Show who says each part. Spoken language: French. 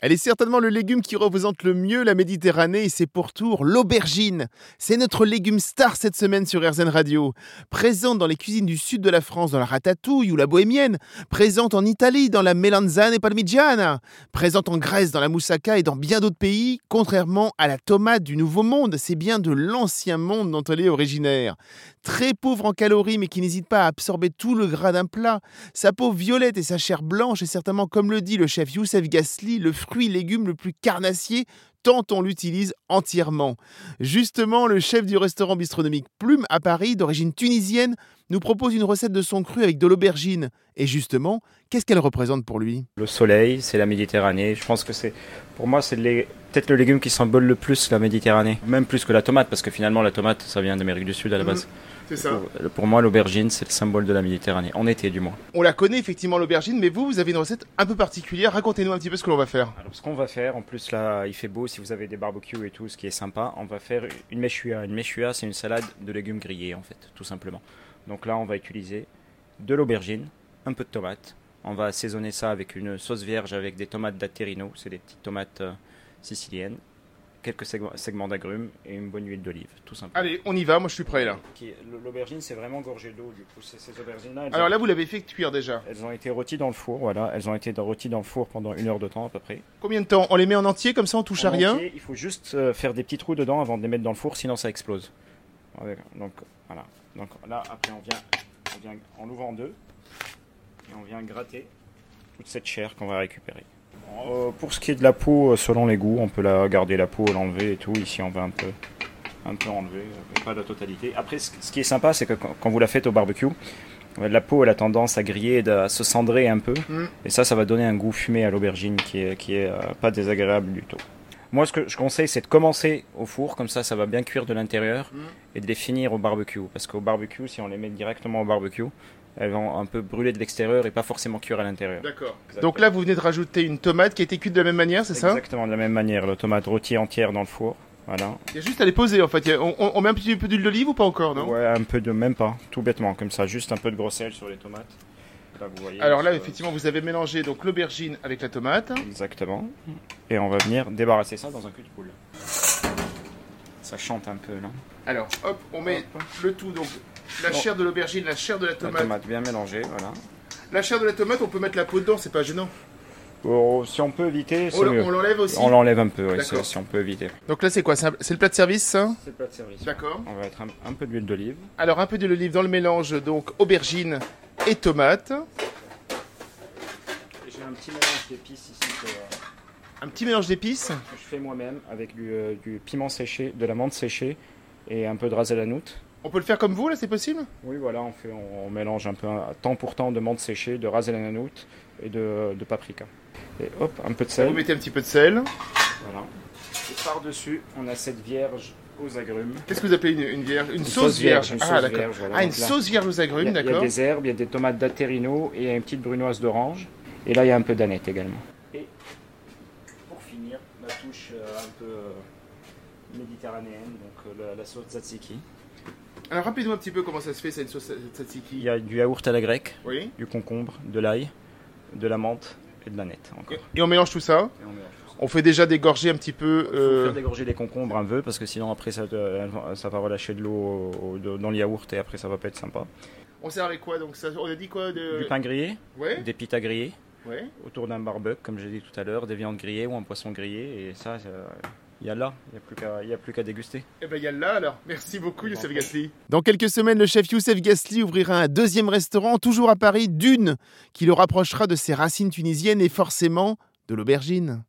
Speaker 1: Elle est certainement le légume qui représente le mieux la Méditerranée et ses pourtours, l'aubergine. C'est notre légume star cette semaine sur RZN Radio. Présente dans les cuisines du sud de la France dans la ratatouille ou la bohémienne, présente en Italie dans la melanzane et parmigiana, présente en Grèce dans la moussaka et dans bien d'autres pays, contrairement à la tomate du Nouveau Monde, c'est bien de l'ancien monde dont elle est originaire. Très pauvre en calories mais qui n'hésite pas à absorber tout le gras d'un plat, sa peau violette et sa chair blanche est certainement, comme le dit le chef Youssef Gasly, le fruit légume le plus carnassier tant on l'utilise entièrement. Justement, le chef du restaurant bistronomique Plume à Paris, d'origine tunisienne, nous propose une recette de son cru avec de l'aubergine. Et justement, qu'est-ce qu'elle représente pour lui
Speaker 2: Le soleil, c'est la Méditerranée. Je pense que c'est, pour moi, c'est les- peut-être le légume qui symbole le plus la Méditerranée. Même plus que la tomate, parce que finalement, la tomate, ça vient d'Amérique du Sud à la base.
Speaker 1: C'est
Speaker 2: Pour, pour moi, l'aubergine, c'est le symbole de la Méditerranée, en été du moins.
Speaker 1: On la connaît effectivement l'aubergine, mais vous, vous avez une recette un peu particulière. Racontez-nous un petit peu ce que l'on va faire.
Speaker 2: Alors, Ah, ce qu'on va faire, en plus là, il fait beau, si vous avez des barbecues et tout, ce qui est sympa, on va faire une méchoua. Une méchoua, c'est une salade de légumes grillés, en fait, tout simplement. Donc là, on va utiliser de l'aubergine, un peu de tomate. On va assaisonner ça avec une sauce vierge avec des tomates d'Aterino, c'est des petites tomates euh, siciliennes, quelques segments, segments d'agrumes et une bonne huile d'olive, tout simplement.
Speaker 1: Allez, on y va, moi je suis prêt là.
Speaker 2: Qui- L'aubergine, c'est vraiment gorgée d'eau, du coup, c'est- ces aubergines-là. elles
Speaker 1: Alors
Speaker 2: ont-
Speaker 1: là, vous l'avez fait cuire déjà.
Speaker 2: Elles ont été rôties dans le four, voilà. Elles ont été rôties dans le four pendant une heure de temps à peu près.
Speaker 1: Combien de temps On les met en entier, comme ça on touche à
Speaker 2: En
Speaker 1: rien.
Speaker 2: entier, il faut juste euh, faire des petits trous dedans avant de les mettre dans le four, sinon ça explose. Ouais, d'accord. Donc voilà. Donc là, après, on vient, on vient- on l'ouvre en deux et on vient gratter toute cette chair qu'on va récupérer. Euh, pour ce qui est de la peau, euh, selon les goûts, on peut la garder la peau, l'enlever et tout. Ici, on va un peu, un peu enlever, euh, mais pas la totalité. Après, ce ce qui est sympa, c'est que quand quand vous la faites au barbecue, euh, la peau elle a tendance à griller, et à se cendrer un peu,
Speaker 1: Mm.
Speaker 2: et ça, ça va donner un goût fumé à l'aubergine qui est, qui est euh, pas désagréable du tout. Moi, ce que je conseille, c'est de commencer au four, comme ça, ça va bien cuire de l'intérieur,
Speaker 1: Mm.
Speaker 2: et de les finir au barbecue. Parce qu'au barbecue, si on les met directement au barbecue, elles vont un peu brûler de l'extérieur et pas forcément cuire à l'intérieur.
Speaker 1: D'accord. Donc là, vous venez de rajouter une tomate qui a été cuite de la même manière, c'est ça
Speaker 2: Exactement de la même manière, la tomate rôtie entière dans le four. Voilà.
Speaker 1: Il y a juste à les poser en fait. Il y a- On, on- on met un petit peu d'huile d'olive ou pas encore, non
Speaker 2: ouais, un peu de même pas, tout bêtement, comme ça, juste un peu de gros sel sur les tomates. Là, vous voyez,
Speaker 1: Alors là,
Speaker 2: euh,
Speaker 1: effectivement, vous avez mélangé donc l'aubergine avec la tomate.
Speaker 2: Exactement. Et on va venir débarrasser ça dans un cul de poule. Ça chante un peu, là.
Speaker 1: Alors, hop, on met
Speaker 2: Hop.
Speaker 1: le tout donc. La
Speaker 2: Bon.
Speaker 1: chair de l'aubergine, la chair de la
Speaker 2: La
Speaker 1: tomate.
Speaker 2: tomate bien mélangée, voilà.
Speaker 1: La chair de la tomate, on peut mettre la peau dedans, c'est pas gênant.
Speaker 2: Oh, si on peut éviter,
Speaker 1: On
Speaker 2: c'est
Speaker 1: l'en- on
Speaker 2: mieux.
Speaker 1: l'enlève aussi.
Speaker 2: On l'enlève un peu, oui,
Speaker 1: D'accord.
Speaker 2: c'est- si on peut éviter.
Speaker 1: Donc là, c'est quoi C'est un- C'est le plat de service, ça
Speaker 2: C'est pas de service.
Speaker 1: D'accord.
Speaker 2: On va mettre un, un peu d'huile d'olive.
Speaker 1: Alors, un peu d'huile d'olive dans le mélange, donc aubergine et tomate.
Speaker 2: J'ai un petit mélange d'épices ici que, euh,
Speaker 1: Un petit mélange d'épices.
Speaker 2: que je fais moi-même avec du, euh, du piment séché, de la menthe séchée et un peu de raselanout.
Speaker 1: On peut le faire comme vous, là, c'est possible
Speaker 2: Oui, voilà, on, fait, on, on mélange un peu un- temps pour temps de menthe séchée, de raselanout et de, de paprika. Et hop, un peu de
Speaker 1: Vous
Speaker 2: sel.
Speaker 1: mettez un petit peu de sel.
Speaker 2: Voilà. Et par-dessus, on a cette vierge aux agrumes.
Speaker 1: Qu'est-ce que vous appelez une, une vierge Une,
Speaker 2: Une
Speaker 1: sauce, vierge.
Speaker 2: une
Speaker 1: ah,
Speaker 2: sauce
Speaker 1: d'accord.
Speaker 2: vierge, voilà.
Speaker 1: Ah, une
Speaker 2: Donc là,
Speaker 1: sauce vierge aux
Speaker 2: Il y,
Speaker 1: agrumes,
Speaker 2: a- il y a
Speaker 1: d'accord.
Speaker 2: des herbes, il y a des tomates d'Aterino et il y a une petite brunoise d'orange. Et là, il y a un peu d'aneth également. Et pour finir, la touche euh, un peu euh, méditerranéenne, donc euh, la, la sauce tzatziki.
Speaker 1: Alors, rappelez-nous un petit peu comment ça se fait, c'est une sauce
Speaker 2: Il
Speaker 1: tzatziki.
Speaker 2: y a du yaourt à la grecque,
Speaker 1: Oui.
Speaker 2: du concombre, de l'ail, de la menthe et de l'aneth encore.
Speaker 1: Et- Et on mélange tout ça.
Speaker 2: Et on mélange tout ça.
Speaker 1: On fait déjà dégorger un petit peu.
Speaker 2: faut
Speaker 1: euh,
Speaker 2: faire dégorger les concombres un peu parce que sinon après ça, euh, ça va relâcher de l'eau au- au- dans le yaourt et après ça va pas être sympa.
Speaker 1: On sert avec quoi donc ça, On a dit quoi de...
Speaker 2: Du pain grillé,
Speaker 1: Ouais,
Speaker 2: des pitas grillées
Speaker 1: ouais.
Speaker 2: autour d'un barbecue comme j'ai dit tout à l'heure, des viandes grillées ou un poisson grillé et ça il y a là, il y a plus qu'à il y a plus qu'à déguster.
Speaker 1: Eh ben, il y a là alors. Merci beaucoup, Youssef
Speaker 2: Youssef
Speaker 1: Gasly. Dans quelques semaines, le chef Youssef Gasly ouvrira un deuxième restaurant, toujours à Paris, d'une, qui le rapprochera de ses racines tunisiennes et forcément de l'aubergine.